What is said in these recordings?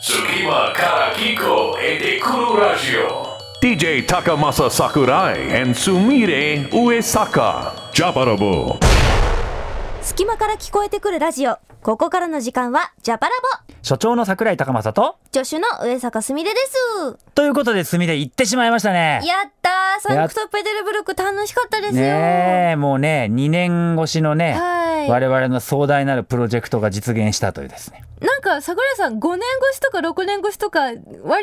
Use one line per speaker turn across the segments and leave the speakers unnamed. Tsukima Karakiko e Dekuru Radio.
DJ Takamasa Sakurai and Sumire Uesaka. Japarobo.
隙間から聞こえてくるラジオ。ここからの時間は、ジャパラボ
所長の桜井高正と
助手の上坂すみれです。
ということで墨で行ってしまいましたね
やったーサンクトペテルブルク楽しかったですよ、
ねえもうね2年越しのね、
はい
我々の壮大なるプロジェクトが実現したというですね
なんか桜井さん5年越しとか6年越しとか割と言うた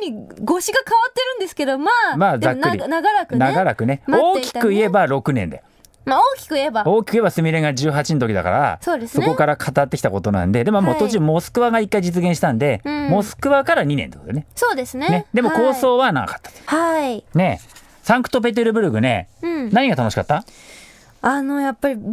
びに越しが変わってるんですけどまあ、
まあ
で
ざっ
も
くり
な長らくね
長らくね
待っ
大
てい
き
たね
く言えば6年で
まあ、大きく言えば
大きく言えばすみれが18の時だから
そうですね
こから語ってきたことなんででももう
はい
途中モスクワが1回実現したんで、
うん
モスクワから2年ってことでね
そうですね
ねでも
はい
構想はなかったという、
はい。
ねサンクトペテルブルクね、
うん
何が楽しかった
あのやっぱり白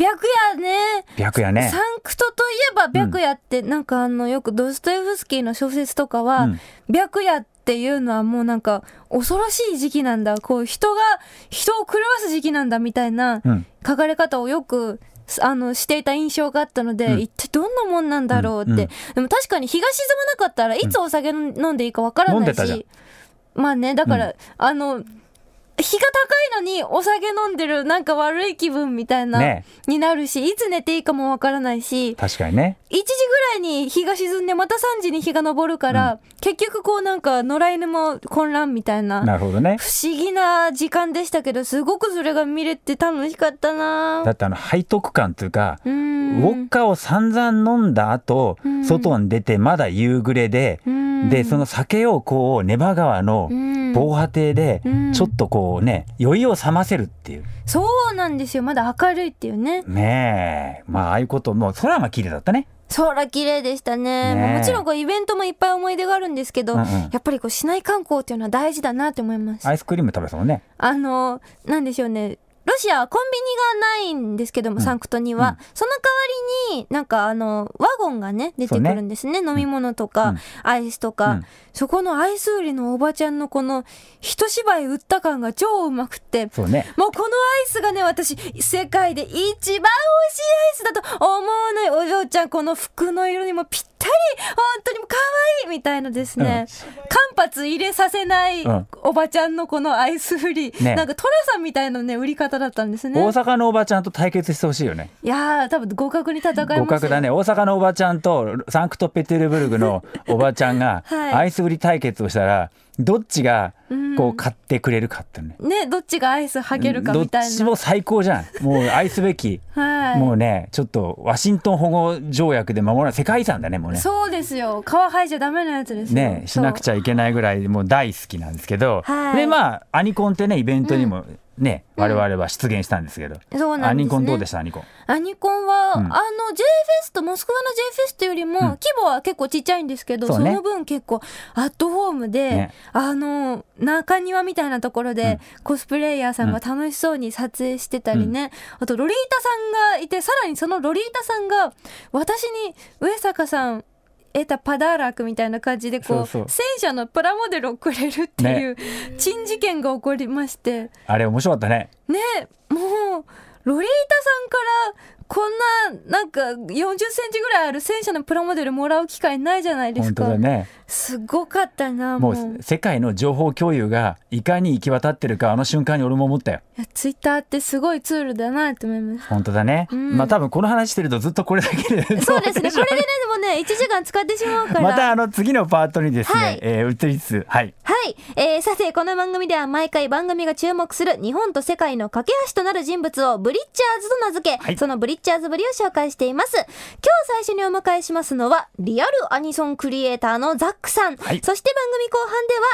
夜ね
白夜ね
サンクトといえば白夜って、なんかあのよくドストエフスキーの小説とかは、
うん
白夜っていうのはもうなんか恐ろしい時期なんだこう人が人を狂わす時期なんだみたいな
うん
書かれ方をよくすあのしていた印象があったので、
うん
一体どんなもんなんだろうって、
うんうん
でも確かに日が沈まなかったらいつお酒の飲んでいいかわから
飲ん
な
で
い
たじゃん
し、まあねだから、
う
あの日が高いのにお酒飲んでるなんか悪い気分みたいな、
ね
になるしいつ寝ていいかもわからないし
確かにね
1時ぐらいに日が沈んでまた3時に日が昇るから、結局こうなんか野良犬も混乱みたいな
なるほどね
不思議な時間でしたけどすごくそれが見れて楽しかった
だ
な
ってあの背徳感というか、
う
ウォッ
ん
カを散々飲んだ後、
うん
外に出てまだ夕暮れで、
うん
でその酒をこうネバ川の
うん
防波堤で
うん
ちょっとこうね酔いを覚ませるっていう
そうなんですよまだ明るいっていうね
ねえまあああいうこともう空が綺麗だったね
空綺麗でしたね
ねえ
まあもちろんこうイベントもいっぱい思い出があるんですけど、
うんうん
やっぱりこう市内観光っていうのは大事だなって思います
アイスクリーム食べたもんね
あの、なんでしょうね。ロシアはコンビニがないんですけども、
ん
サンクトには、その代わりになんかあのワゴンがね出てくるんですね飲み物とか、
うん
アイスとか、
うん
そこのアイス売りのおばちゃんのこの一芝居売った感が超うまくって
そうね
もうこのアイスがね私世界で一番美味しいアイスだと思うのよお嬢ちゃんこの服の色にもぴったり本当にもう可愛いみたいなですね、間髪入れさせない
うん
おばちゃんのこのアイス売り、
ね
なんか寅さんみたいなね売り方だったんです
大
ね
阪のおばちゃんと対決してほしいよね
いやー多分合格に戦いますよ
互角だね大阪のおばちゃんとサンクトペテルブル クのおばちゃんが
はい
アイス売り対決をしたらどっちが
うん
こう買ってくれるかっていうね
ねどっちがアイスはげるかみた
ど
い
っち
な
も最高じゃんもう愛すべき
はい
もうねちょっとワシントン保護条約で守らない世界遺産だねもうね
そうですよ皮剥いちゃダメなやつですよ
ねしなくちゃいけないぐらいもう大好きなんですけど、
はい
でまあアニコンってねイベントにもね、我々は出現したんですけど、
そうな
ア
んですね
ニコンどうでしたアニコン
アニコンは、あ
うん
の J フェストモスクワの J フェストよりも規模は結構ちっちゃいんですけど、
そう
そ
ね
の分結構アットホームで、
ね
あの中庭みたいなところで、コスプレイヤーさんが楽しそうに撮影してたりね、あとロリータさんがいてさらにそのロリータさんが私に上坂さん得たパダーラークみたいな感じでこう
そうそう
戦車のプラモデルをくれるっていう珍事件が起こりまして。
あれ面白かったね
ねえもうロリータさんからこんななんか40センチぐらいある戦車のプラモデルもらう機会ないじゃないです
本当
か
だね
すごかったなも
も
う
う世界の情報共有がいかに行き渡ってるかあの瞬間に俺も思ったよ
いやツイッターってすごいツールだなって思います
本当だね、
ん
まあ多分この話してるとずっとこれだけで
そうですねこれでねでもね1時間使ってしまうから
またあの次のパートにですね、
はい
えー、移りつつはい
はい、えー、さてこの番組では毎回番組が注目する日本と世界の架け橋となる人物をブリッチャーズと名付け、
はい
そのブリッチャーズぶりを紹介しています今日最初にお迎えしますのはリアルアニソンクリエイターのザックさん、
はい
そして番組後半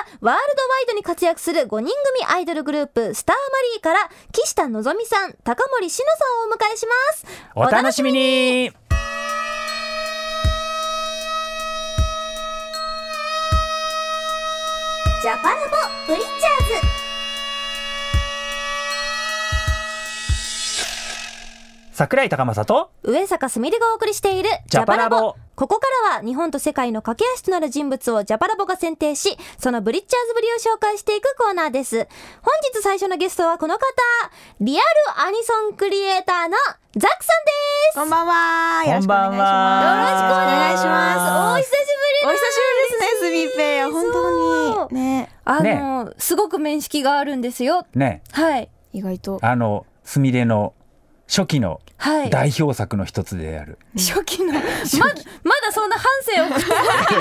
ではワールドワイドに活躍する5人組アイドルグループスターマリーから岸田のぞみさん高森しのさんをお迎えします
お楽しみに
ジャパラボブリッチャーズ
桜井高政と
上坂すみれがお送りしている
ジャパラボ
ここからは日本と世界の架け橋となる人物をジャパラボが選定しそのブリッチャーズぶりを紹介していくコーナーです本日最初のゲストはこの方リアルアニソンクリエイターのザックさんです
こんばんは。よろしくお願いし
こんばんは
ま
よ
す。
ろしくお願いし
お
ま
久しぶりです
スミペイヤ本当にね
あの、すごく面識があるんですよ。
ね
はい。
意外と
あのすみれの初期の
はい。
代表作の一つである、
初期の、ま、まだそんな反省を 送ってないけど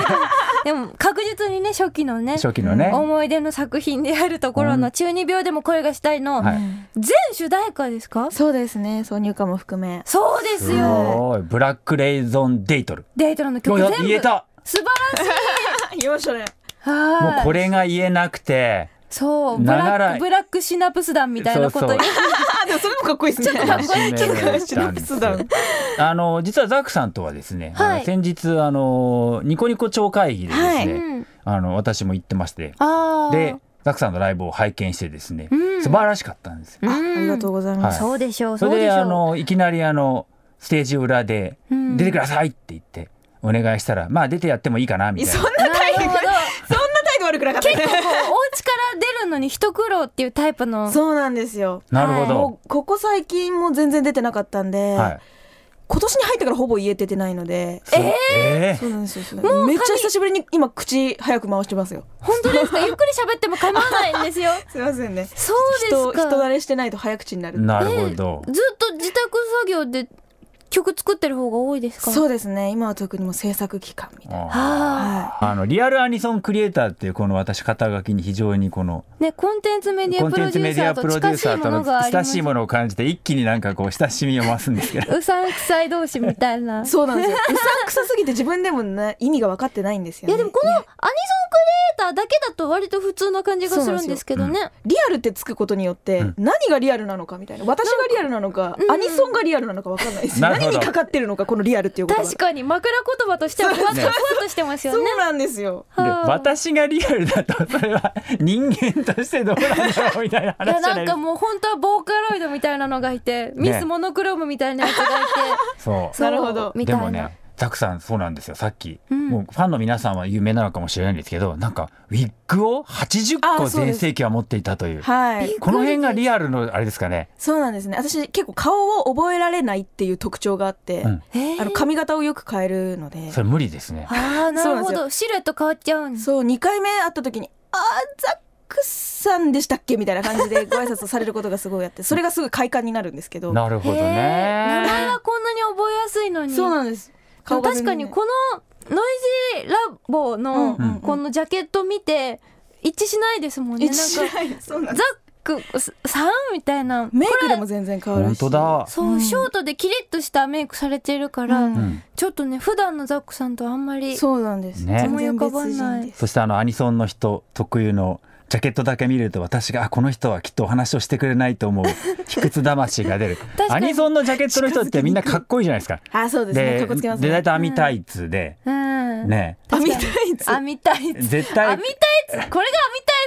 でも確実にね、初期のね、
初期のね、
思い出の作品であるところ
う
の中二病でも恋がしたいの、
はい
全主題歌ですか
そうですね挿入歌も含め
そうです
す
よ。
ごいブラックレイゾンデイトル
デートラの
今
曲
日
全
や
部。
言えた
素晴らしい。
よしょね
もう
はい。
これが言えなくて
そう、ブ
長
ラッ
らい
ク、ブラックシナプス団みたいなこと
そう
言
そう
あでもそれもかっこいいですね
楽しめ
っと
し
シ
た
ナ
ん
プ
です
ス
よ
だ
あの実はザックさんとはですね、
はい
あの先日あのニコニコ超会議でですね、
はい
うん
あの私も行ってまして
あー
で、ザックさんのライブを拝見してですね、
うん
素晴らしかったんですよ。
あありがとうございます
そうでしょう、
そ
そう
れ
でし
であ
ょう。
のいきなりあのステージ裏で「
うん
出てください」って言ってお願いしたらまあ出てやってもいいかなみたい
そん
な
な態度
なる
そ
ほ
ん
ど。
な態度悪くなかった
結構こ
ね
うお家から出るのに一苦労っていうタイプの
そうなんですよ
なるほど
も、うここ最近も全然出てなかったんで、
はい
今年に入ってからほぼ言えててないのです
え
そうなんですよそうなんですめっちゃ久しぶりに今口早く回してますよ
本当ですかゆっくり喋っても構わないんですよ
すいませんね
そう
人
です
人
か
慣れしてないと早口にな
ー
る
なるほど、
ずっと自宅作業で曲作ってる方が多いですか
そうですね今は特にもう制作期間みたいな
あ
はあ
は
ーあのリアルアニソンクリエイターっていうこの私肩書きに非常にこの
ねコンテンツメディア
コン
プ
テ
ロ
ン
デ
ツ
ュ
メ
ー
ディ
サー
ア
と
プロデュ
近
ー
し
サ
い
ー
も
と
の
の
がありま
親
す
しいものを感じて一気になんかこう親しみを増すんですけど
うさんくさい同士みたいな
いそうなんですようさんくさすぎて自分でもね意味が分かってないんですよ、
い
ね、
やでもこのアニソンクリエイターだけだと割と普通な感じがするんですけどね
リアルってつくことによって
ん
何がリアルなのかみたいな私がリアルなのかアニソンがリアルなのか分かんないです
なるほ
何
ど
にかかってるのかこのリアルっていうことが
確かに枕言葉としてはふわっとふわっとしてますよ
そ
ね
うなんですよ
で
はあ
私がリアルだとそれは人間としてどうなんだろうみたいない
や
話じ
な
ゃない
ん
で
か
すか
もう本当はボーカロイドみたいなのがいて、ミスモノクロームみたいなやつがいて
そう
そう
なるほど
みた
で
いな
もねザクさんそうなんですよさっき、
ん
もうファンの皆さんは有名なのかもしれないんですけどなんかウィッグを80個
あそう
全
です
盛期は持っていたという
はい
この辺がリアルのあれですかね、
そうなんですね私結構顔を覚えられないっていう特徴があって、
うん、
あの髪型をよく変えるので
それ無理ですね
ああなるほ
そうなんです
どシルエット変わっちゃうんです
そう2回目会った時に「あーザックさんでしたっけ?」みたいな感じでご挨拶をされることがすごいあってそれがすごい快感になるんですけど
なるほどね
名前はこんなに覚えやすいのに
そうなんです顔が
確
全
か
然ね
にこのノイジーラボの
うんうん
このジャケット見て一致しないですもんね
一致し
なんか
ないそうなん
ザ
で
ッ
す
クささんみたいな
メイクでも全然変わる
本
し
当だ、
そう、
うん
ショートでキリッとしたメイクされてるから、
うん
うん、
ちょっとね普段のザックさんとあんまり
そうなんです
ね
全然別人です
そしてあのアニソンの人特有のジャケットだけ見ると私があこの人はきっとお話をしてくれないと 思う卑屈魂が出る
確か
ア
に
ニソンのジャケットの人ってみんなかっこいいじゃないですか
あそうですねかっこつけます
で大
ね
体網タイツで、
うん
ね
あみたいつ
網タイツ
絶対
網タイツこれが網タイ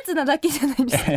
ツなだけじゃないですか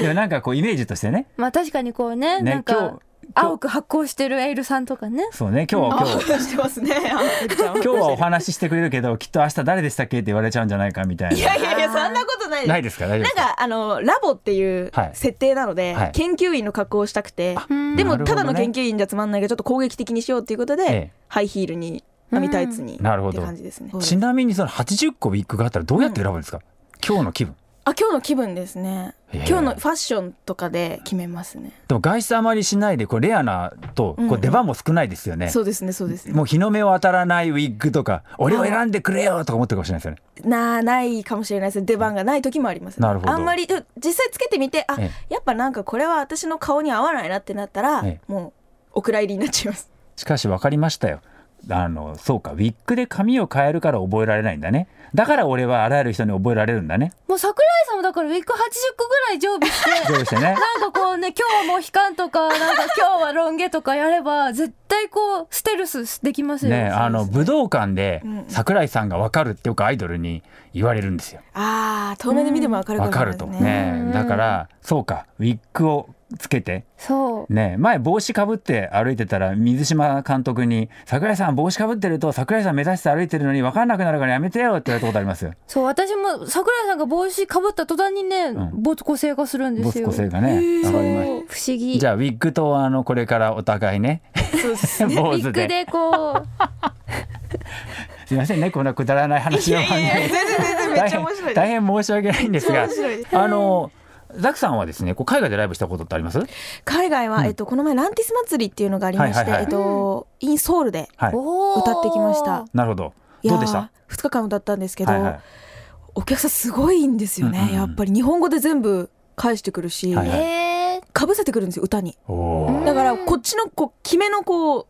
でもなんかこうイメージとしてね
まあ確かにこうねな
ね
ん
今
か
日
青く発光してるエイルさんとかね
そうね今日は今 日
してますねあみたいちゃん
今日はお話ししてくれるけどきっと明日誰でしたっけって言われちゃうんじゃないかみたいな
いやいやいやそんなことないです
ないですか大丈夫で
なん
すか
かあのラボっていう
はい
設定なので、
はい
研究員の格好をしたくて、
ん
でも
なるほ
た
どね
だの研究員じゃつまんないからちょっと攻撃的にしようっていうことで、
ええ
ハイヒールに網タイツに、
なるほど
って感じですね
ちなみにその80個ウィッグがあったらどうやって選ぶんですか、今日の気分
あ今日の気分ですね
へえ
今日のファッションとかで決めますね
でも外出あまりしないでこうレアなとこう出番も少ないですよね、
そうですねそうですね
もう日の目を当たらないウィッグとか俺を選んでくれよとか思ってるかもしれないですよね
なあないかもしれないですね出番がない時もありますね
なるほど
あんまりう実際つけてみてあ、
え
やっぱなんかこれは私の顔に合わないなってなったら、
え
もうお蔵入りになっちゃいます
しかし分かりましたよあのそうかウィッグで髪を変えるから覚えられないんだねだから俺はあらゆる人に覚えられるんだ ね
もう桜井さんもだからウィッグ80個ぐらい常備して
どうしてね
なんかこうね今日はもう悲観とかなんか今日はロン毛とかやれば絶対こうステルスできますよ
ねあの武道館で
うん
桜井さんが分かるってよくアイドルに言われるんですよ
あー遠目で見ても明るく
分か
なりま
る
す
と
ね
ねだからそうかウィッグをつけて
そう
ね前帽子かぶって歩いてたら水島監督に桜井さん帽子かぶってると桜井さん目指して歩いてるのに分かんなくなるからやめてよって言われたことありますよ
そう私も桜井さんが帽子かぶった途端にね、
ん
没個性がするんで
ボ
す
ス
よ
コ性がね分かりまし
そう不思議
たじゃあウィッグとあのこれからお互いね
そうですね
ウ
坊
ィッ
主
グ
で
でこう
すみませんねこんなくだらない話を
いやいや全然全然めっちゃ面白いで
大
す
変大変申し訳ないんですが
面白いで
あのザクさんはですねこう海外でライブしたことってありますは
海外は、えっと、この前ランティス祭りっていうのがありまして、
はいはいはい
えっと、インソウルで
い
歌ってきました。
なるほど
いや
ど
ー
うでした
2日間歌ったんですけど、
はいはい
お客さんすごいんですよね、
うんうんうん
やっぱり日本語で全部返してくるし、
はいはい
へえ
かぶせてくるんですよ歌に
おおー
だからこっちのこう決めのこう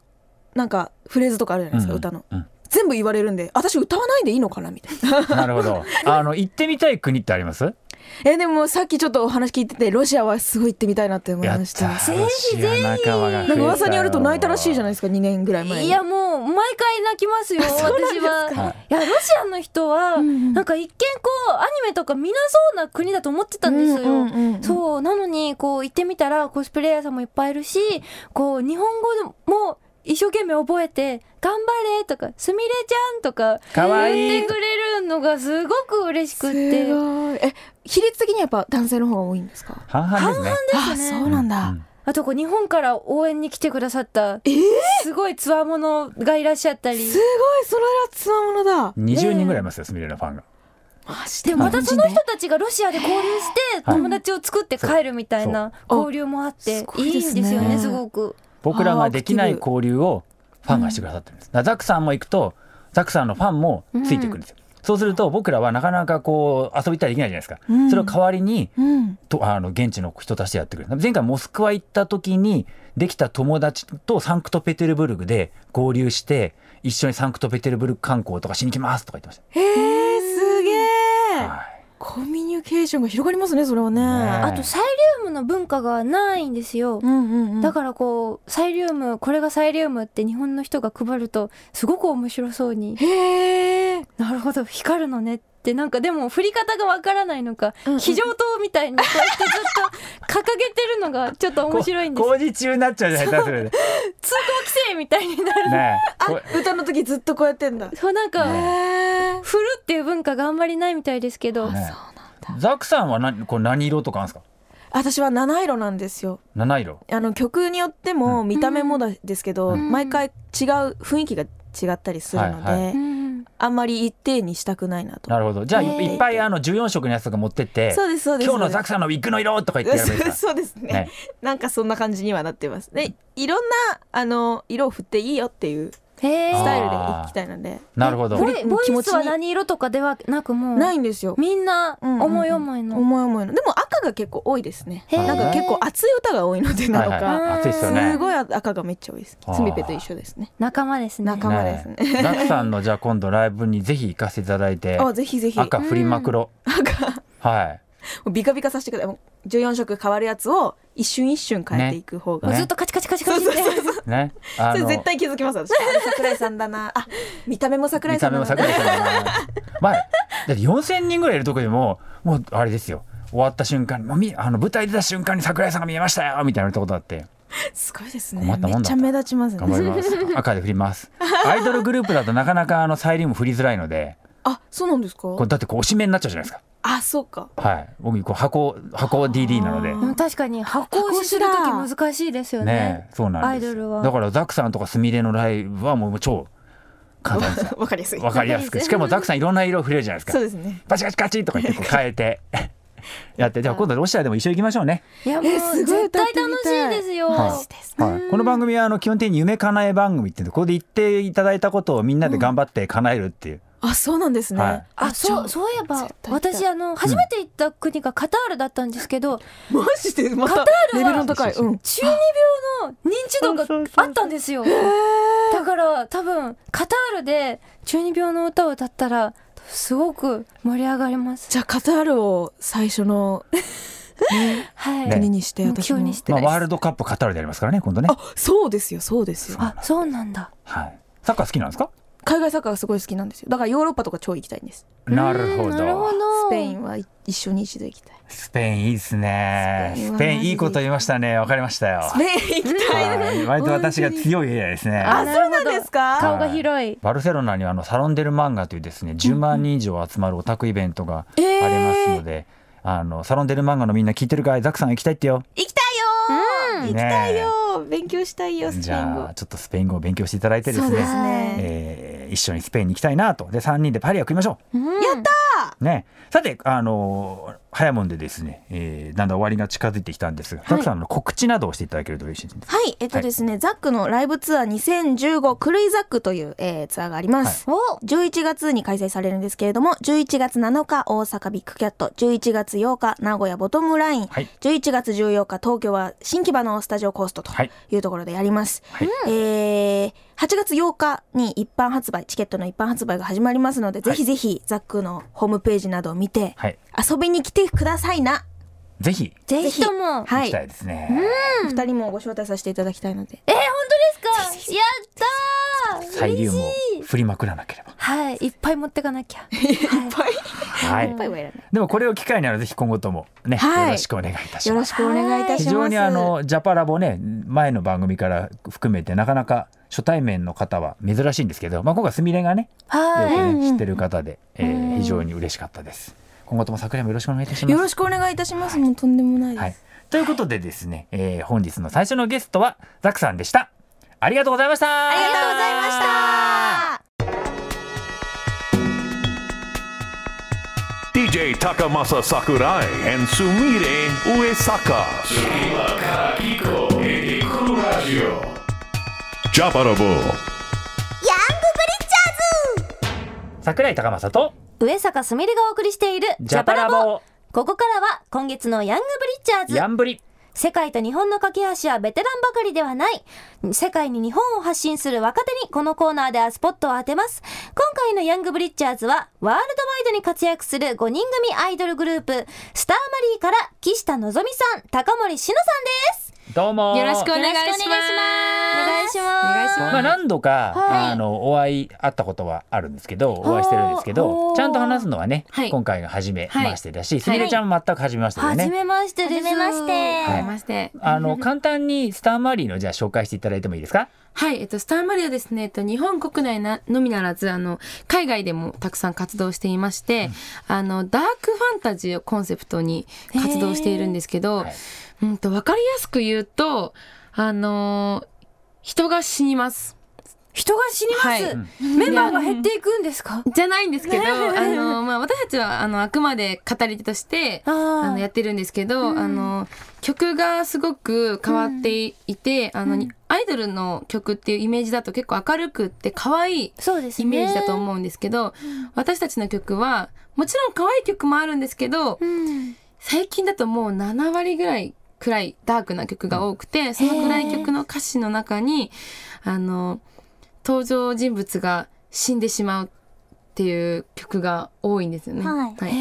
なんかフレーズとかあるじゃないですか、
うん
歌の
うん
全部言われるんで私歌わないでいいのかなみたい
な
な
るほ どあの行ってみたい国ってあります
えでもさっきちょっとお話聞いててロシアはすごい行ってみたいなって思い
やっ
ました
たロシア仲間が
なんか噂によると泣いたらしいじゃないいですか2年ぐらい前に
いやもう毎回泣きます よ 私
か
は。いやロシアの人はなんか一見こうアニメとか見なそうな国だと思ってたんです
うんう
よ
んうんう。ん
そうなのにこう行ってみたらコスプレイヤーさんもいっぱいいるしこう日本語も一生懸命覚えて「頑張れ」とか「すみれちゃん」とか
かわいい
言ってくれるのがすごく嬉しくって。
すごいえ比率的にやっぱ男性の方が多いんですか
半々ですね
あそうなんだ、
うん
あとこう日本から応援に来てくださった
えー、
すごいつわものがいらっしゃったり
すごいそれはつわものだ
20人ぐらいいますよスミレのファンが
マジ
でまたその人
マ
たちがロシアで交流して
はい
友達を作って帰るみたいな
そう
交流もあっ
あす
て
ご
い
いで
いん
すね
ですよねすごく。
僕らができない交流をファンがしてくださってるんです。だからザクさんも行くとザクさんのファンもついてくるんですよ。そうすると僕らはなかなかこう遊びたりできないじゃないですか。
ん
それを代わりに
ジでうん
とあの現地の人たちでやってくる。前回モスクワ行った時にできた友達とサンクトペテルブルクで合流して一緒にサンクトペテルブルク観光とかしに行きますとか言ってまし
へえすげ
た。
え
はい
コミュニケーションが広がりますねそれはね
ね
あとサイリウムの文化がないんですよ。
うんうんうん
だからこうサイリウムこれがサイリウムって日本の人が配るとすごく面白そうに
へえ
なるほど光るのねってなんかでも振り方がわからないのか
うんうん
非常灯みたいにこうやってずっと掲 げてるのがちょっと面白いんです
こ工事中になっちゃうじゃないですか。ね
通行規制みたいになる
え。これ
あ歌の時ずっとこうやってんだ
そうなんか、
へえ
振るっていう文化があんまりないみたいですけど、
ねザクさんは何これ何色とかあるんですか。
私は七色なんですよ
七色。
あの曲によっても見た目もだですけど、毎回違う雰囲気が違ったりするので、
はいは
うん
あんまり一定にしたくないなと
なるほど。じゃあ、
ね
いっぱいあの14色のやつとか持ってって、
そうですそうです
今日のザクさんのウィッグの色とか言ってやればいいです
そうですね
ね
なんかそんな感じにはなってますでいろんなあの色を振っていいよっていうス
へ
あ
え
タイルでいきたいので
なるほど。
ボ
これ
イボ
気持
イ
ち
ス
に
は何色とかではなくもう
ないんですよ
みんな思い思いの、
思い思いのでも赤が結構多いですね
へー
なんか結構熱い歌が多いのでなのか、
はいはい、暑いですよ
す
ね。
ごい赤がめっちゃ多いです
あー
スミペと一緒ですね
仲間ですね
仲間ですね
ねザクさんのじゃあ今度ライブにぜひ行かせていただいて、
あぜひぜひ
赤振りまくろ。は
ビカビカさせてくださいもう14色変わるやつを一瞬一瞬変えていく方が、
ね
ずっとカチカチカチカチって
い。ね。あ
それ絶対気づきます私あ桜井さんだなあ見た目も桜井
見た
さんだ
目も
な
桜井さんだな。まあ、だって4000人ぐらいいるとこでも、もうあれですよ。終わった瞬間に、もうみあの舞台出た瞬間に桜井さんが見えましたよみたいなことだって。
すごいですね
困った
め
も
っ
ん
ち
だ
ゃ目立ちます
頑張り
ね
ます。赤で振ります。アイドルグループだとなかなかあのサイリウム振りづらいので、
あそうなんですか
これだってこう押し目になっちゃうじゃないですか。
あそうか
はい、僕こう箱箱 DD なので。
でも確かに発行しする
箱
と
押し
き難しいですよね
ね、そうなんです
アイドルは
だからザクさんとかスミレのライブはもう超簡単 ですよ
わかりやすい
わかりやすくしかもザクさんいろんな色触れるじゃないです
そ
か
うですね
バチカチカチとか言ってこう変えて やってじゃあ今度ロシアでも一緒に行きましょうね、
いやも
え
う
すごい
絶
歌って
対
みたい
楽しいですよ、
はい、この番組はあの基本的に夢叶え番組っていうのここで言っていただいたことをみんなで頑張って叶えるっていう、
あそうなんですね、
はい
あそう
そ
そういえば
絶対行きたい
私あの初めて行った国がカタールだったんですけど、
うマジでまたレベルの高い、うん、
中二病の認知度があったんですよだから多分カタールで中二病の歌を歌ったらすごく盛り上がります
じゃあカタールを最 初の
はい、
ね
国にして
目
私も
標にして
ま
で
あ、
す、
ワールドカップカタールでやりますからね今度ね、
あそうですよそうですよ
あそうなんだ
はい、サッカー好きなんですか
海外サッカーがすごい好きなんですよだからヨーロッパとか超行きたいんです
なるほど
うんなるほど
スペインは一緒に一度行きたい
スペインいいですね。
スペインは
スペインいいこと言いましたね。わかりましたよ。
スペイン行きたい
はい割と私が強いエリアですね。
あそうなん
なるほど
ですか
顔が広い
バルセロナにはあのサロンデルマンガというですね10万人以上集まるオタクイベントがありますので、あのサロンデルマンガのみんな聞いてるかいザクさん行きたいってよ
行きたいよー、行きたいよー勉強したいよスペイ
じ
ン語
ゃあちょっとスペイン語を勉強していただいてですね
そうですね
えー一緒にスペインに行きたいなとで3人でパリは食いましょう
やった
ね、さて、あのー早もんでですね、えーだんだん終わりが近づいてきたんですが、たくさんの告知などをしていただけると嬉しいですね。
はい、えっとですね、ザックのライブツアー2015狂いザックという、えーツアーがあります、11月に開催されるんですけれども、11月7日大阪ビッグキャット、11月8日名古屋ボトムライン、
はい
11月14日東京は新木場のスタジオコーストと
はい
いうところでやります。
はい
えー8月8日に一般発売、チケットの一般発売が始まりますので、ぜひぜひザックのホームページなどを見て、
はい、
遊びに来てくださいな。
ぜひ
ぜひとも。
行
は
き
い
た。いですね。
お二人もご招待させていただきたいので。
えー、本当ですかやったー
細流も振りまくらなければ。
はいいっぱい持ってかなきゃ
はい
っぱいはいらない
でもこれを機会にあのぜひ今後ともね、
はい
よろしくお願いいたし
よ
ま
ろ
す。
しくお願いいたします。
非常にあのジャパラボね前の番組から含めてなかなか初対面の方は珍しいんですけど、まあ、今回すみれがね
は
よ
い
くね知ってる方で、えー非常に嬉しかったです。今後とも桜井もよろしくお願いいたします
よ。ろしくお願いいたします。もうとんでもないです。
はい。ということでですね、えー、本日の最初のゲストはザクさんでした。ありがとうございました。あり
がとうございました。
DJ Takamasa Sakurai and Sumire Uesaka.
Terima Karakiko e te Kuru Radio.
Jabarabo.
桜井高政と
上坂すみれがお送りしている
ジャパラボ
ここからは今月のヤングブリッチャーズ
ヤンブリ。
世界と日本の架け橋はベテランばかりではない。世界に日本を発信する若手にこのコーナーではスポットを当てます。今回のヤングブリッチャーズは、ワールドワイドに活躍する5人組アイドルグループ、スターマリーから岸田のぞみさん、高森しのさんです。
どうも。
よろしくお
お
願いします。
お願いします。お願いしま
まあ何度か、あのお会い会ったことはあるんですけどお会いしてるんですけどちゃんと話すのはね、
はい
今回が初め
はい
ましてだし、すみれちゃんも全く初めましてだよね、
初めましてです。
初めまして
はじめまして。
あの簡単にスターマリーのじゃあ紹介していただいてもいいですか
はい、えっと、スターマリーはですね、えっと、日本国内なのみならず、あの、海外でもたくさん活動していまして、あの、ダークファンタジーをコンセプトに活動しているんですけど、
はい
うんと、わかりやすく言うと、あのー人が死にます。
人が死にます、
はい
メンバーが減っていくんですか
じゃないんですけど、あの、まあ、私たちは、あの、あくまで語り手として、あの、やってるんですけど、あの、曲がすごく変わっていて、あの、アイドルの曲っていうイメージだと結構明るくって可愛い
そうですね
イメージだと思うんですけど、私たちの曲は、もちろん可愛い曲もあるんですけど、最近だともう7割ぐらいくらいダークな曲が多くて、そのくらい曲の歌詞の中に、あの、登場人物が死んでしまうっていう曲が多いんですよね。
はい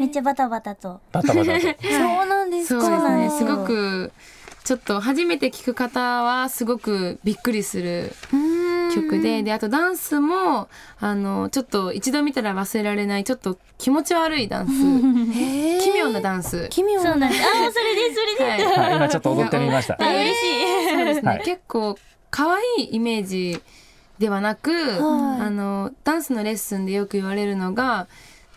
めっちゃバタバタと。
バタ
そ
バタと。
うなんです
そうですね。すごく、ちょっと初めて聞く方はすごくびっくりする曲で、で、あとダンスも、あの、ちょっと一度見たら忘れられない、ちょっと気持ち悪い ダンス。奇妙なダンス。
奇妙なんだ。あー、それです、それです。
はい
はい、今ちょっと踊ってみました。
あ嬉しい。そうですね。
はい
結構可愛いイメージではなく、あのダンスのレッスンでよく言われるのが、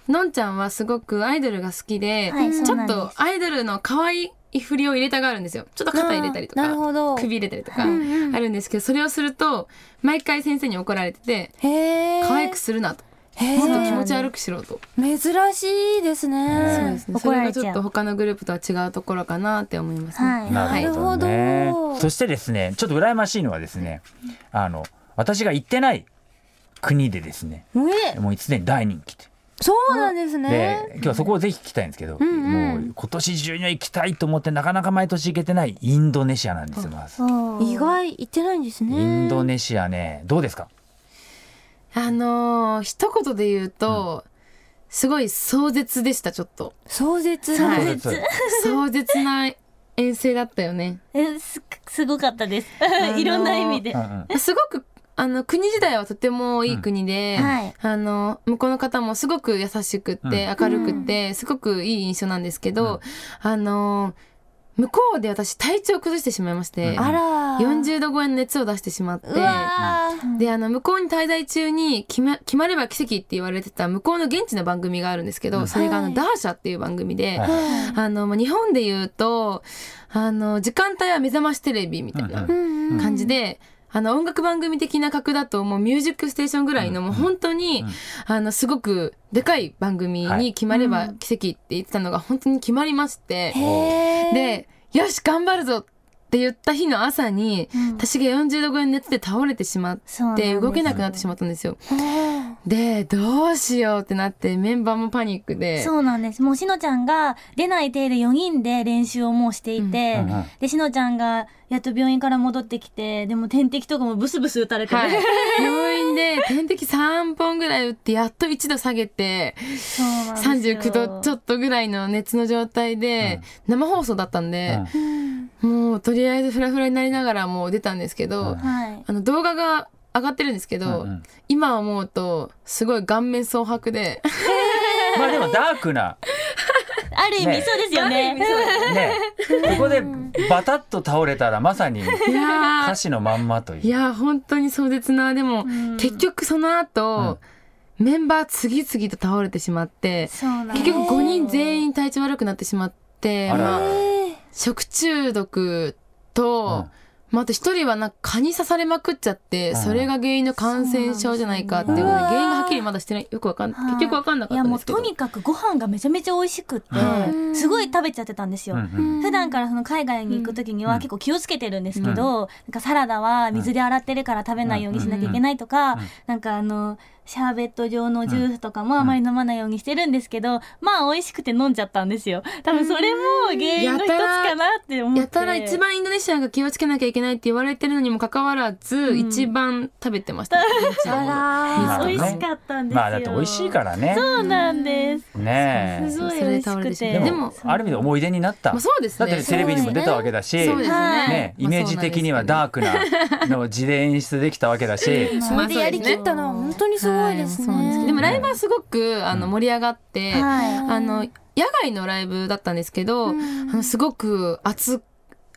のんちゃんはすごくアイドルが好きで、
はい
ち
そう
ょ
なん
っ
です
とアイドルの可愛い振りを入れたがるんですよ。ちょっと肩入れたりとか、
あーなるほど
首入れたりとかあるんですけど、それをすると毎回先生に怒られてて、
へえ
可愛くするなと。
へ
もっと気持ち悪くしろと。
珍しいです
そう
ね
ですね。それがちょっと他のグループとは違うところかなって思いますね。
はい。
なるほど
な
ね
るほど
そしてですね、ちょっと羨ましいのはですね、あの私が行ってない国でですね、もうすでに大人気で。
そうなんですね
で、今日はそこをぜひ聞きたいんですけど、もう今年中には行きたいと思ってなかなか毎年行けてないインドネシアなんですよ。まず
意外行ってないんです
イン
ね
ドネシアね、どうですか？
あのー一言で言うと、すごい壮絶でした、ちょっ と。
壮絶
はい
どうです
壮絶な遠征だったよね。
えすすごかったです。いろんな意味で
う。んうん
すごく、あの、国自体はとてもいい国で、
うんはい
あの、向こうの方もすごく優しくって、明るくって、すごくいい印象なんですけど、あのー向こうで私体調を崩してしまいまして、
あ
ら
40度超えの熱を出してしまって、
うわー
で、あの、向こうに滞在中に決ま、決まれば奇跡って言われてた向こうの現地の番組があるんですけど、それがあの、ダーシャっていう番組で、
はい
あの、まあ日本で言うと、あの、時間帯は目覚ましテレビみたいな感じで、あの音楽番組的な格だともう「ミュージックステーション」ぐらいのもう本当に、あのすごくでかい番組に決まれば奇跡って言ってたのが本当に決まりまして、で「よし頑張るぞ!」って言った日の朝に、私が40度超えの熱で倒れてしまっ
そうなんです
て
よ
動けなくなってしまったんですよ。でどうしようってなってメンバーもパニックで。
そうなんです。もうしのちゃんが出ない程度4人で練習をもうしていて、
うんうんうん
で、しのちゃんがやっと病院から戻ってきて、でも点滴とかもブスブス打たれて、
はい、病院で点滴3本ぐらい打ってやっと1度下げて
そうなんですよ
39度ちょっとぐらいの熱の状態で、生放送だったんで、もうとりあえずフラフラになりながらもう出たんですけど、
うん
はい。
あの動画が上がってるんですけど、
うんうん
今思うとすごい顔面蒼白で
まあでもダークな
ある意
ね
味そうですよね。
ねここでバタッと倒れたらまさに
いや
歌
ー
詞のまんまという
いやー本当に壮絶なでも、結局その後、メンバー次々と倒れてしまって
そうなんです
結局5人全員体調悪くなってしまって、
あら
まあ食中毒と、
うん
まあ、あと一人はなんか蚊に刺されまくっちゃって、
うん
それが原因の感染症じゃないかっていうこと
そ
で
うなんですね
原因がはっきりまだしてないよくわかん
はい
結局わかんなか
いや
ったん
も
で
う
すけど
とにかくご飯がめちゃめちゃ美味しくって、
はい
うんすごい食べちゃってたんですよ。
うんうん
普段からその海外に行く時には
うん
結構気をつけてるんですけど、なんかサラダは水で洗ってるから食べないようにしなきゃいけないとか、
ん
なんかあのシャーベット状のジュースとかもあまり飲まないようにしてるんですけど、まあ美味しくて飲んじゃったんですよ多分それも原因の一つかなって思って
やたら一番インドネシアが気をつけなきゃいけないって言われてるのにもかかわらず、一番食べて ました、
あら
うん
美味しかったんですよ、
まあだって美味しいからね
そうなんです、
ねえ
すごい美味しくて
ら
でも
でも
ある意味で思い出になった、
まあ、そうです
だ
ね
ってテレビにも出たわけだし、
そうですね,まあ、
はい
ね、イメージ的にはダークなの字で演出できたわけだし、
ー
それでやりきったのは本当にすごいですね。
でもライブはすごくあの盛り上がって、
はい
あの野外のライブだったんですけど、あのすごく暑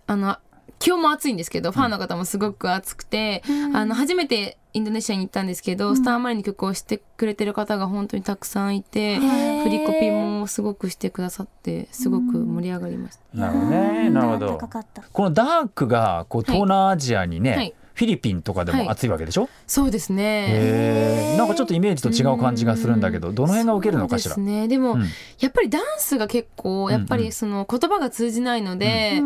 あの気温も暑いんですけど、ファンの方もすごく暑くて、あの初めてインドネシアに行ったんですけど、スターマリンの曲をしてくれてる方が本当にたくさんいて、振りコピもすごくしてくださってすごく盛り上がりました。
なるほどねなるほど
高かった
このダークがこう東南アジアにね、
はい
フィリピンとかでも暑いわけでしょ、
そうですね。
へえなんかちょっとイメージと違う感じがするんだけどどの辺が受けるのかしら
そうですね。でも、
うん
やっぱりダンスが結構やっぱ
うんう
りその言葉が通じないので、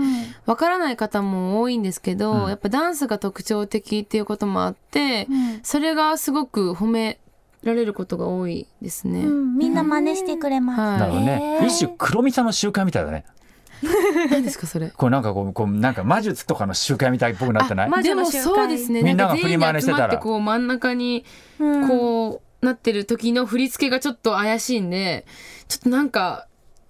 わからない方も多いんですけど、
うん
やっぱダンスが特徴的っていうこともあって、
ん
それがすごく褒められることが多いですね。
うんみんな真似してくれます、
な
は
る
い
ほどね、一種黒みさの集会みたいだね。
何ですかそれ。
こうなんかこうこうなんか魔術とかの集会みたいっぽくなってない、
魔
で
女
も
の集会
そうですね。
みんなが
か
振り回りしてたら
全員で集まってこう真ん中にこうなってる時の振り付けがちょっと怪しいんで、ちょっとなんか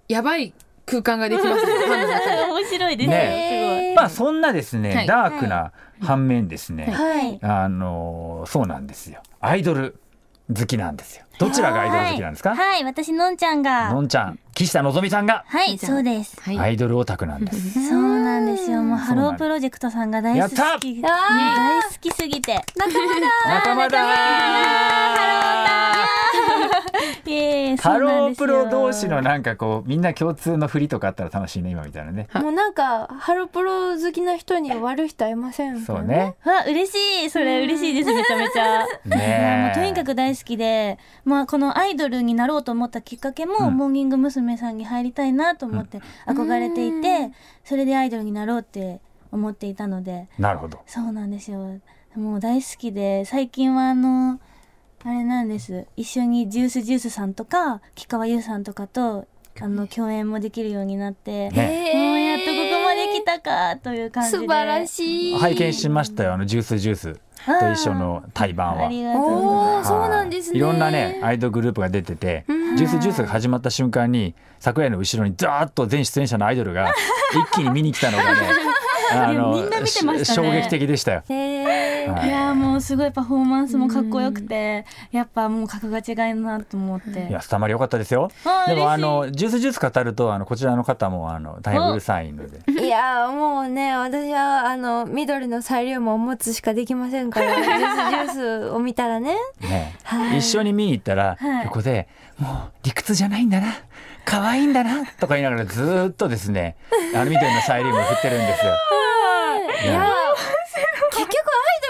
やばい空間ができますね。ファンの中で
面白いです
ね
ね
まあそんなですね、
はい
ダークな反面ですね、
すごいはい
あのーそうなんですよアイドル好きなんですよどちらがアイドル好きなんですか、
はい、私のんちゃんが
のんちゃん岸田のぞみさんが
はいそうです
はい。
アイドルオタクなんです、
そうなんですよもうハロープロジェクトさんが大好き
やった
ね大好きすぎ て
仲間だ
イエー イそ
ハ
うな
ロ
んですよ
ープロ同士のなんかこうみんな共通の振りとかあったら楽しいね今みたいなね
もうなんかハロプロ好きな人に悪い人はいません。
そう。ね
わ嬉しいそれ嬉しいですめちゃめちゃも
ね
うと
え
にかく大好きで、まあ、このアイドルになろうと思ったきっかけも、
うん
モーニング娘。さんに入りたいなと思って憧れていて、それでアイドルになろうって思っていたので
なるほど
そうなんですよもう大好きで最近はあのあれなんです一緒にジュースジュースさんとか木川優さんとかとあの共演もできるようになって、
ね
もうやっとここまで来たかという感じで
素晴ら
い
しい。
拝見しましたよあのジュースジュースと一緒の対バン
あ
は
りがとうございます
おお、
はい
そうなんですね。
いろんなねアイドルグループが出てて「ジュースジュースが始まった瞬間に桜井の後ろにザーッと全出演者のアイドル が一気に見に来たのがねあ
いやみんな見てましたね
し衝撃的でしたよ。はい
いやーもうすごいパフォーマンスもかっこよくて、やっぱもう格が違いなと思って。
いやスタマリ良かったですよ。
あー
でもあ
嬉しい
のジュースジュース語るとあのこちらの方もあの大変うるさいので。
いやーもうね私はあの緑のサイリウムを持つしかできませんからジュースジュースを見たらね
ね、
はい
一緒に見に行ったら、
はい
横でもう理屈じゃないんだな可愛いんだなとか言いながらずーっとです ねアルミドリのサイリウムを振ってるんですよ。
いやー結局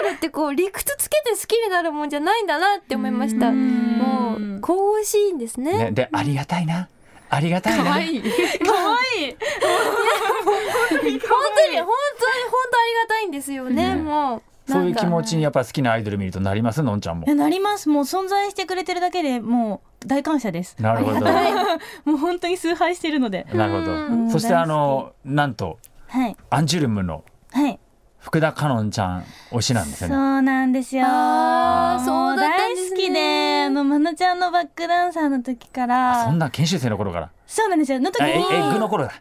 アイドルって
こう理屈つけて好きになるもんじゃないんだなって思いましたもう神々しいんですね
ね、でありがたいなありがたいな
可愛い。
可愛いい本当に本当に本当ありがたいんですよね、もう
そうい
なん
う
か
気持ちにやっぱ好きなアイドル見るとなりますのんちゃ んも
いやなりますもう存在してくれてるだけでもう大感謝です
なるほどな
もう本当に崇拝してるので
るほ
ん
どそしてあのなんと
はい
アンジュルムの
はい
福田かのんちゃん推しなんです
そ
よね
うなんですよ
あー
も
そうだったんで
大
すね
好きであのまなちゃんのバックダンサーの時から
そんな研修生の頃から
そうなんですよの時
あ
に
えエッグの頃だ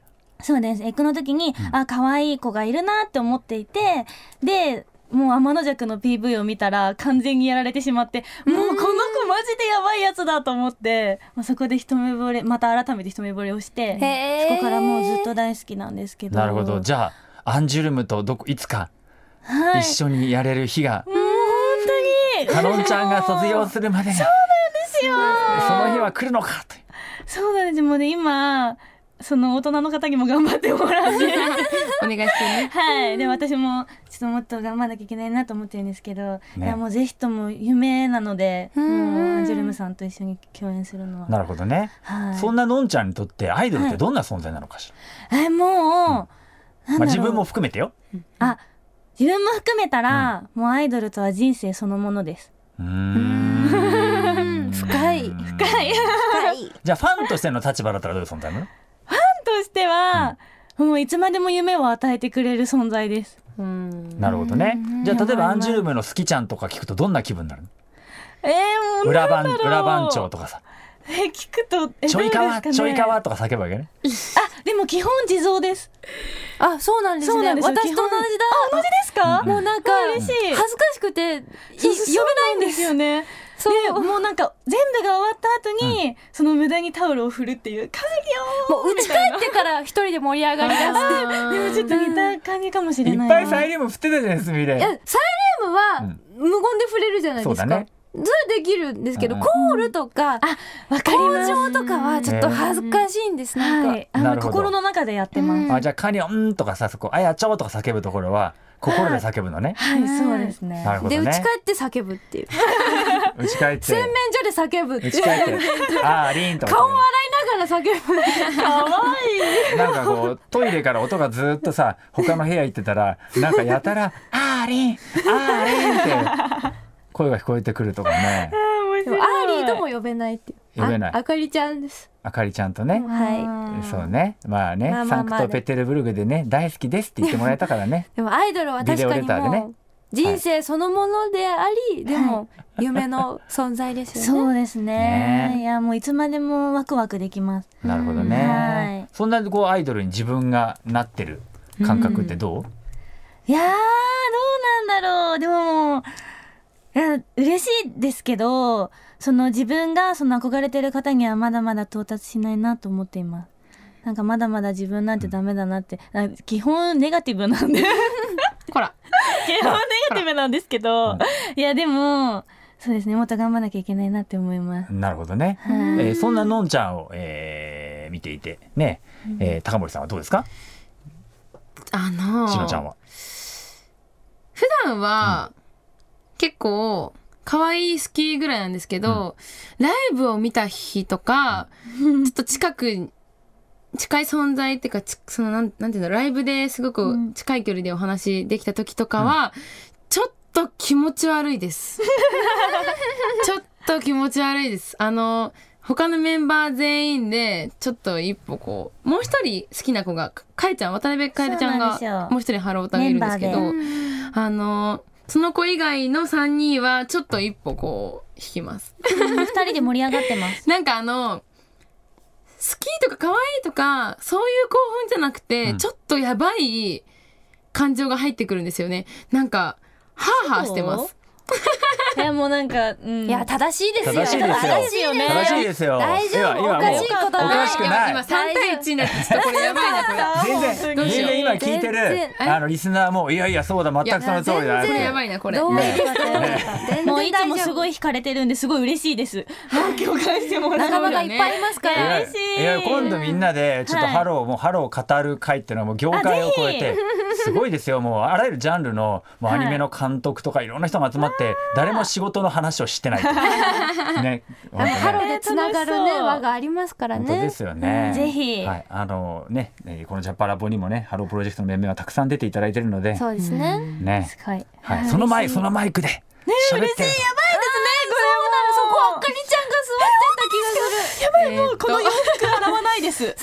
そうです。エッグの時に、あ、可愛い子がいるなって思っていて、で、もう天の弱の PV を見たら完全にやられてしまって、もうこの子マジでやばいやつだと思って、まあ、そこで一目惚れ、また改めて一目惚れをして、
へ
そ
ー
こからもうずっと大好きなんですけど。
なるほどじゃあアンジュルムとどこいつか
はい。
一緒にやれる日が、
もう本当に。
かのんちゃんが卒業するまでそうなんですよその日は来るのかという
そうなんです。もうね、今、その大人の方にも頑張ってもら って。
お願いしてね。
はい、で私もちょっともっと頑張らなきゃいけないなと思ってるんですけど、
ね
いやもうぜひとも夢なので、
ん
もうアンジュルムさんと一緒に共演するのは、
なるほどね、
はい、
そんなのんちゃんにとってアイドルってどんな存在なのかしら、
えもう、なんだろう
まあ、自分も含めてよ
あ自分も含めたら、もうアイドルとは人生そのものです。
うーん
深い
深いじゃあファンとしての立場だったらどういう存在なの
としては、もういつまでも夢を与えてくれる存在です。
うん。
なるほどねじゃあ例えばアンジュルムの「好きちゃん」とか聞くとどんな気分になるの
えー、もうな
裏
ん
番
だろう
裏番長とかさ
え聞くと
「
え
ちょいかわ、
どうです
ち
か
ょ
ね
いかわ」とか叫ぶわけね
あでも基本地蔵です。
あそうなんです
そうな
ね
んですよ
私と同じだ
あ同じですか？
もうなんか
うん
恥
嬉し
ず
い
かしくてい呼
そうそう
べないん
そう
で
です
す
よ
よ
ね。
そう
でもうなんか全部が終わった後に、その無駄にタオルを振るっていう風
もう打ち帰ってから一人で盛り上がりだして
邪でもちょっと似た感じかもし
い
れな
っ
いな
ぱいサイリウム振ってたじゃないですみ
いやサ
れ
イレウムは無言で触れるじゃないです
そう
か、
だね
それできるんですけど、
うん
コールとか、
わかります
登場とかはちょっと恥ずかしいんです、なんか、
はいあ
な
の
るほど
心の中でやってます、
あじゃあ「カニョン」とかさそこ「あやちょ」とか叫ぶところは心で叫ぶのね
はいそうですね
なるほ
で
ど
打ち
ね
帰って叫ぶっていう
打ち返って
洗面所で叫ぶって
打
い
ち
う
返ってあーリーンとか
顔笑いながら叫ぶ
なんかこうトイレから音がずーっとさ他の部屋行ってたらなんかやた ら「あーりんあーりん」って声が聞こえてくるとかね
でもアーリーとも呼べないっていう
呼べない
ああかりちゃんです
あかりちゃんとね
はい
そうねまあね
まあま
サ
あ
ン
ま
ク
あ
トペテルブルグでね大好きですって言ってもらえたからね
でもアイドルは確かに
ビデオレターで
も
ね
う人生そのものであり、でも夢の存在ですよね、
そうですね
ね
いやもういつまでもワクワクできます
なるほど
は
ね
い
そんなこうアイドルに自分がなってる感覚ってどう、
いやーどうなんだろうでもいや嬉しいですけどその自分がその憧れてる方にはまだまだ到達しないなと思っていますなんかまだまだ自分なんてダメだなって、あ基本ネガティブなんで 基
ほら。
本ネガティブなんですけどいやでもそうですねもっと頑張らなきゃいけないなって思います
なるほどね、えーそんなのんちゃんを、えー見ていてね、えー高森さんはどうですか
あのー。
しのちゃんは
普段は、結構、可愛い好きぐらいなんですけど、ライブを見た日とか、ちょっと近く、近い存在っていうか、ちその、なん、なんていうの、ライブですごく近い距離でお話できた時とかは、ちょっと気持ち悪 いです。ちょっと気持ち悪いです。あの、他のメンバー全員で、ちょっと一歩こう、もう一人好きな子が、かかえちゃん、渡辺かえるちゃん
そうなんですよ
が、もう一人ハロータがいるんですけど、あの、その子以外の3人はちょっと一歩こう、引きます。
二人で盛り上がってます
なんかあの、好きとか可愛いとか、そういう興奮じゃなくて、ちょっとやばい感情が入ってくるんですよね。なんか、ハーハーしてます。
いやもうなんか、うん、
いや正しいですよ
正しいですよ
ね
正しいですよ
大丈夫
いや今もう
おかしいことない
おかしくない
今3対1になって、ちょっとこれやばいな、これ。
全然
どうし
全
よう
然今聞いて
全
る
然
あのリスナーもいやいやそうだ全くその通りだ
これや
ね
ばいな、これ。
どう
ね
全
もう
然
いつ
大
も
丈
す
夫
ごい惹かれてるんですごい嬉しい です。もう共感してもら
仲
う。
間がいっぱいいますか
いや
ら
嬉しい
いや今度みんなでちょっとハロー、もうハローを語る会っていうのはもう業界を超えてすごいですよもうあらゆるジャンルのもうアニメの監督とかいろんな人が集まって誰も仕事の話をしてないというね本当ね
ハロでつながる
えー楽し
ね
そう
輪がありますから
本当で
ね
すよね。
ぜひ
はい、あのね、えーこのジャパラボにもね、ハロープロジェクトの面々はたくさん出ていただいてるので、
そうですね
ね、
すごい。
はい、その前そのマイクで喋ってる。
そうなの、そこ、あかりちゃんが座
えーっと
わない です。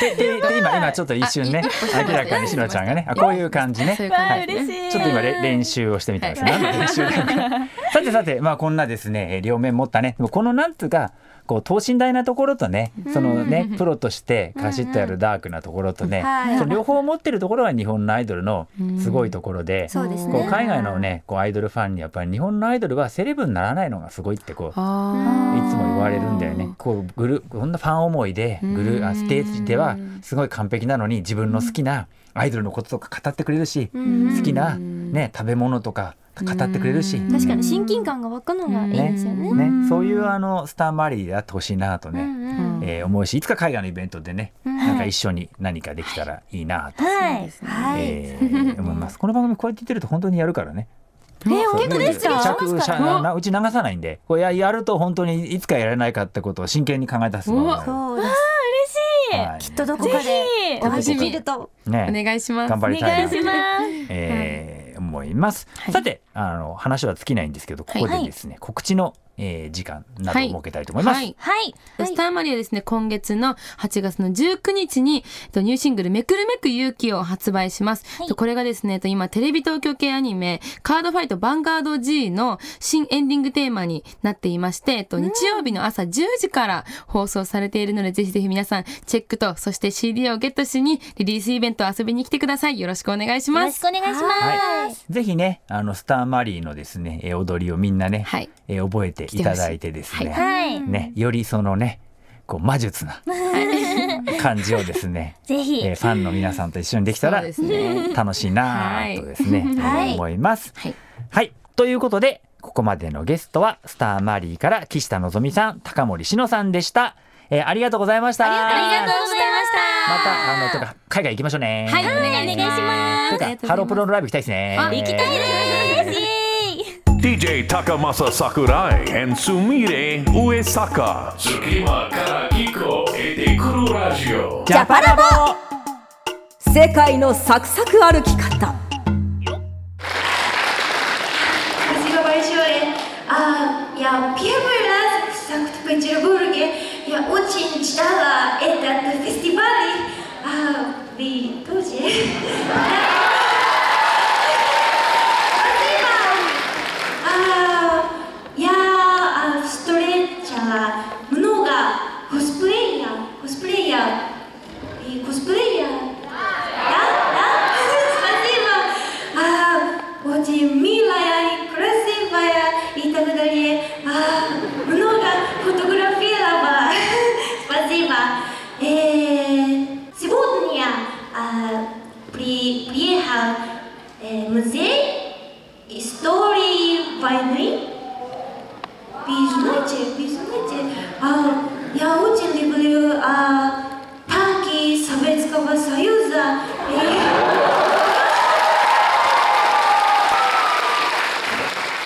ででで今今ちょっと一瞬ね
あい
明らかにしのちゃんがねあこういう感じね
そういう
わ
感
あ、
じです
嬉しい。
ちょっと今れ練習をしてみたんですね。何の練習なのかさてさてまあこんなですねえー両面持ったねでもこのなんつうかこう等身大なところとねそのねプロとしてカシッとやるダークなところとね
はい
その両方持ってるところが日本のアイドルのすごいところで。
そうです
こう
ね
海外のねこうアイドルファンにやっぱり日本のアイドルはセレブにならないのがすごいってこうい
あー
つも言われるんだよね。こうグルこんなファン思いでグルあステージではすごい完璧なのに自分の好きなアイドルのこととか語ってくれるし好きな、ね、食べ物とか語ってくれるし。
確かに親近感が湧くのがいいですよね
ね、そういうあのスター周りであってほしいなとね、
ん
えー思うしいつか海外のイベントでね、なんか一緒に何かできたらいいなと、
はい。
えー思いますこの番組こうやって言ってると本当にやるからね
ね
そう
本当ですか
着着しゃななうち流さないんでこれややると本当にいつかやれないかってことを真剣に考え出すのが
そうです
はい
きっとどこかで
ぜ
お会いできると
ね
お願いします
頑張り
ひ。お
たい
願
ない
します。
えー思います、さてあの話は尽きないんですけどここでですね、告知の、えー時間などを設けたいと思います、
はい
はい。
スターマリアですね、今月の8月の19日に、えっとニューシングル、めくるめく勇気を発売します。えっとこれがですね、えっと今、テレビ東京系アニメ、カードファイトヴァンガード G の新エンディングテーマになっていまして、えっと日曜日の朝10時から放送されているので、ぜひぜひ皆さん、チェックと、そして CD をゲットしに、リリースイベントを遊びに来てください。よろしくお願いし
よ
ま
ろし
す
く。お願いし
は
ま
い
す。
ぜひねあのスターマリーのですねえー踊りをみんなね、
はい
えー覚えていただいてですね、
はい。
ねよりそのねこう魔術な感じをですね、
ぜひ。
えーファンの皆さんと一緒にできたら、
そうですね
楽しいなあとですね、
はい
思います。
はい
はいということでここまでのゲストはスターマリーから岸田のぞみさん高森志乃さんでした、えーありがとうございました
ありがとうございました。
またあのとか海外行きましょうね
はい、お願いします。
というか
ありがとうございます
ハロプロのライブ行きたいですね
あ
行きたいです
DJ Takamasa Sakurai and Sumire Uesaka.
Tsukima Karagiko et des Kuro Radio.
ジャパラボ
世界のサクサク歩き方
Спасибо большое. А, я первый раз в Санкт-Петербурге. Я очень ждала этот фестиваль. А, вы тоже? Спасибо. А, я а, встретила много косплея, косплея и косплея. Да, да, спасибо. А, очень милая и красивая и так далее. А, много фотографировала. Спасибо. Э, сегодня ah, а, при, приехал э, музей истории войны. Вы знаете, вы знаете, а, я очень люблю а, танки Советского Союза. И-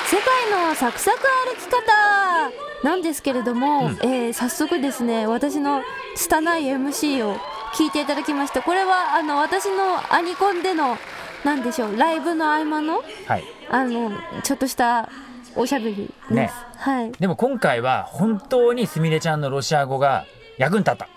世界のサクサク歩き方なんですけれども、えー早速ですね私の拙い MC を聞いていただきましたこれはあの私のアニコンでのなんでしょうライブの合間の
はい
あのちょっとしたおしゃべりです、
ね
はい
でも今回は本当にすみれちゃんのロシア語が役に立った。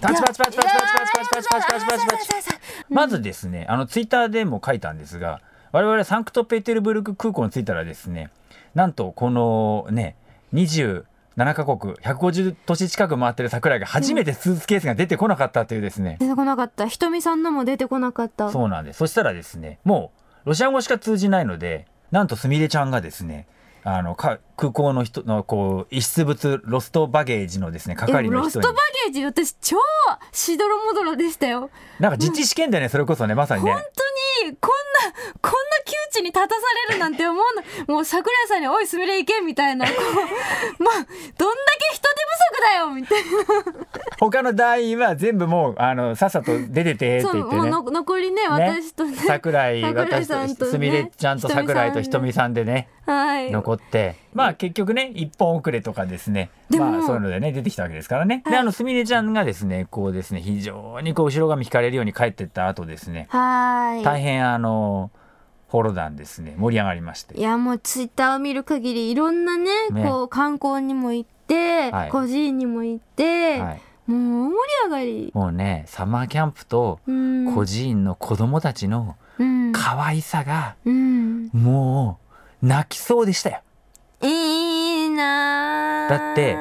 パチパチパチパチパチパチパチパチパチパチパチパチまずですね、あのツイッターでも書いたんですが、我々サンクトペテルブルク空港に着いたらですね、なんとこのね、27カ国150都市近く回ってる桜井が初めてスーツケースが出てこなかったというですね、
出てこなかったひとみさんのも出てこなかった
そうなんです。そしたらですね、もうロシア語しか通じないので、なんとすみれちゃんがですね、あのか空港の人のこう遺失物ロストバゲージのですね
え
係の
ロス
人
ト
に
バゲージ私超しどろもどろでしたよ
なんか実地試験だよね、それこそねまさにね
本当にこんなこんな窮地に立たされるなんて思うのもう桜井さんに「おいす みれ行け」みたいなこうまあどんだけ人手不足だよみたいな
他の団員は全部もうあのさっさと出ててって
そう
言って
もう
ね
の残りね私とね
桜井
桜井
私
さん
と
とね
すみれちゃんと桜井とひ
ひ
と
と
み
み
さんでね
はい
残ってまあ結局ね一本遅れとかですね
でも
まあそういうのでね出てきたわけですからね、であのすみれちゃんがですねこうですね非常にこう後ろ髪引かれるように帰ってった後ですね
はい
大変あのホロダンですね盛り上がりまして
いやもうツイッターを見る限りいろんなね
ね
こう観光にも行って、
はい
個人にも行って、
はい
もう大盛り上がり
もうねサマーキャンプと
うん
孤児院の子供たちの
うん
可愛さが
うん
もう泣きそうでしたよ
いいなあ
だって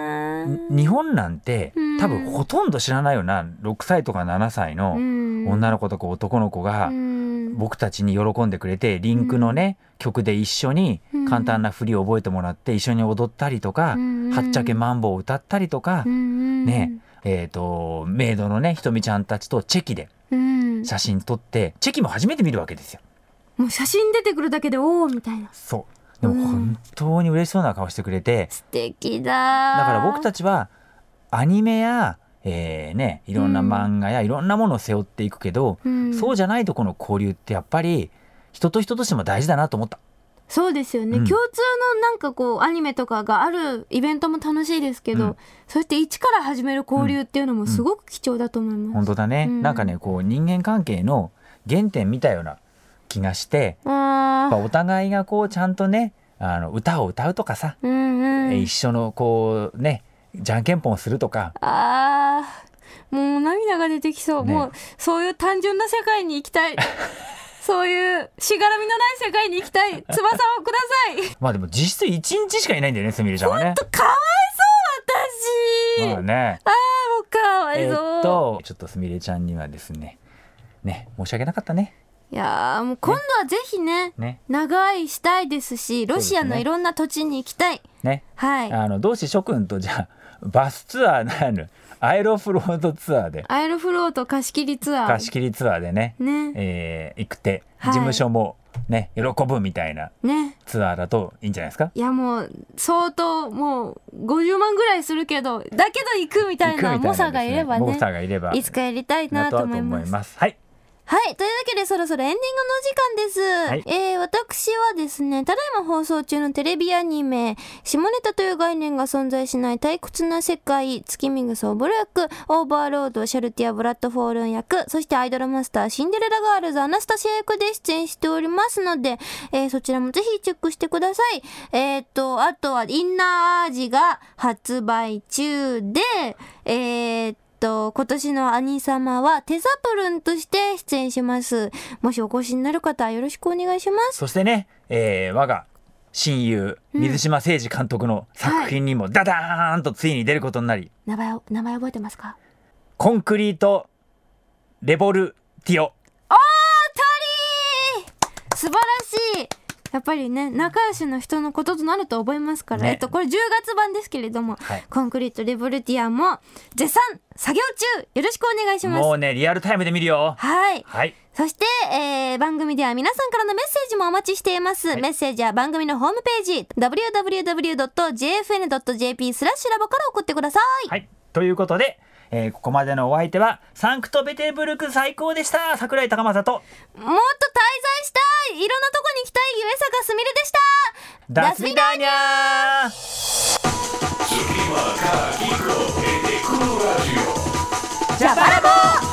日本なんて
うん
多分ほとんど知らないような6歳とか7歳の
うん
女の子とか男の子が
うん
僕たちに喜んでくれてリンクのね曲で一緒に
うん
簡単な振りを覚えてもらって一緒に踊ったりとか
うん
はっちゃけマンボウを歌ったりとか
うん
ねえーとメイドのねひとみちゃんたちとチェキで
うん
写真撮ってチェキも初めて見るわけですよ。
もう写真出てくるだけでおおみたいな
そうでも本当に嬉しそうな顔してくれて
素敵だ
だから僕たちはアニメや、えーね、いろんな漫画やいろんなものを背負っていくけど、
うん
そうじゃないとこの交流ってやっぱり人と人としても大事だなと思った。
そうですよね、
うん
共通のなんかこうアニメとかがあるイベントも楽しいですけど、
うん
そうやって一から始める交流っていうのもすごく貴重だと思います、
本当だね、
うん
なんかねこう人間関係の原点見たような気がしてやっ
あ
ぱ
あ
お互いがこうちゃんとねあの歌を歌うとかさ、
うんうん
え一緒のこうねじゃんけんぽんをするとか
あーもう涙が出てきそう、
ね
もうそういう単純な世界に行きたいそういうしがらみのない世界に行きたい翼をください
まあでも実質1日しかいないんだよねすみれちゃんはね。
かわ
ま
いそう私、
あね
もうかわい
え
そう、
ーっとちょっとすみれちゃんにはですねね申し訳なかったね
いやーもう今度はぜひね
ね
長いしたいですしロシアのいろんな土地に行きたい、
ね
はい
あの同志諸君とじゃあバスツアーならぬアイロフロードツアーで
アイロフロート貸し切りツアー
貸し切りツアーでね
ね
えー行くて
は
事
い
務所もね喜ぶみたいな
ね
ツアーだといいんじゃないですか
いやもう相当もう50万ぐらいするけどだけど行くみたいな猛者がいれば
モ
ね
サがいれば
いつかやりたいな
なと
と
は
思
と
い
思
ま
い
す
ますはい
はい。というわけで、そろそろエンディングの時間です。えー、私はですね、ただいま放送中のテレビアニメ、下ネタという概念が存在しない退屈な世界、月見草ソブル役、オーバーロード、シャルティア・ブラッドフォールン役、そしてアイドルマスター、シンデレラガールズ、アナスタシア役で出演しておりますので、えー、そちらもぜひチェックしてください。えー、っと、あとは、インナーアージが発売中で、えー、えっと、今年の兄様はテザプルンとして出演します。もしお越しになる方はよろしくお願いします。
そしてね、えー我が親友水島誠二監督の作品にもダダーンとついに出ることになり
名前を、名前覚えてますか
「コンクリートレボルティオ」
素晴らしいやっぱりね、仲良しの人のこととなると思いますから、
ね
えっと、これ10月版ですけれども、
はい
コンクリートレボルティアも絶賛作業中よろしくお願いします
も。うねリアルタイムで見るよ
はい。
はい
そして、えー番組では皆さんからのメッセージもお待ちしています。メッセージは番組のホームページ、www.jfn.jp スラッシュラボから送ってください。
はいということで、えーここまでのお相手はサンクトペテルブルク最高でした桜井高政と
もっと滞在したいいろんなとこに行きたい上坂すみれでした
ダスミダーニャー
Tsukimaka Kiko e Deku Radio.
ジャパラボ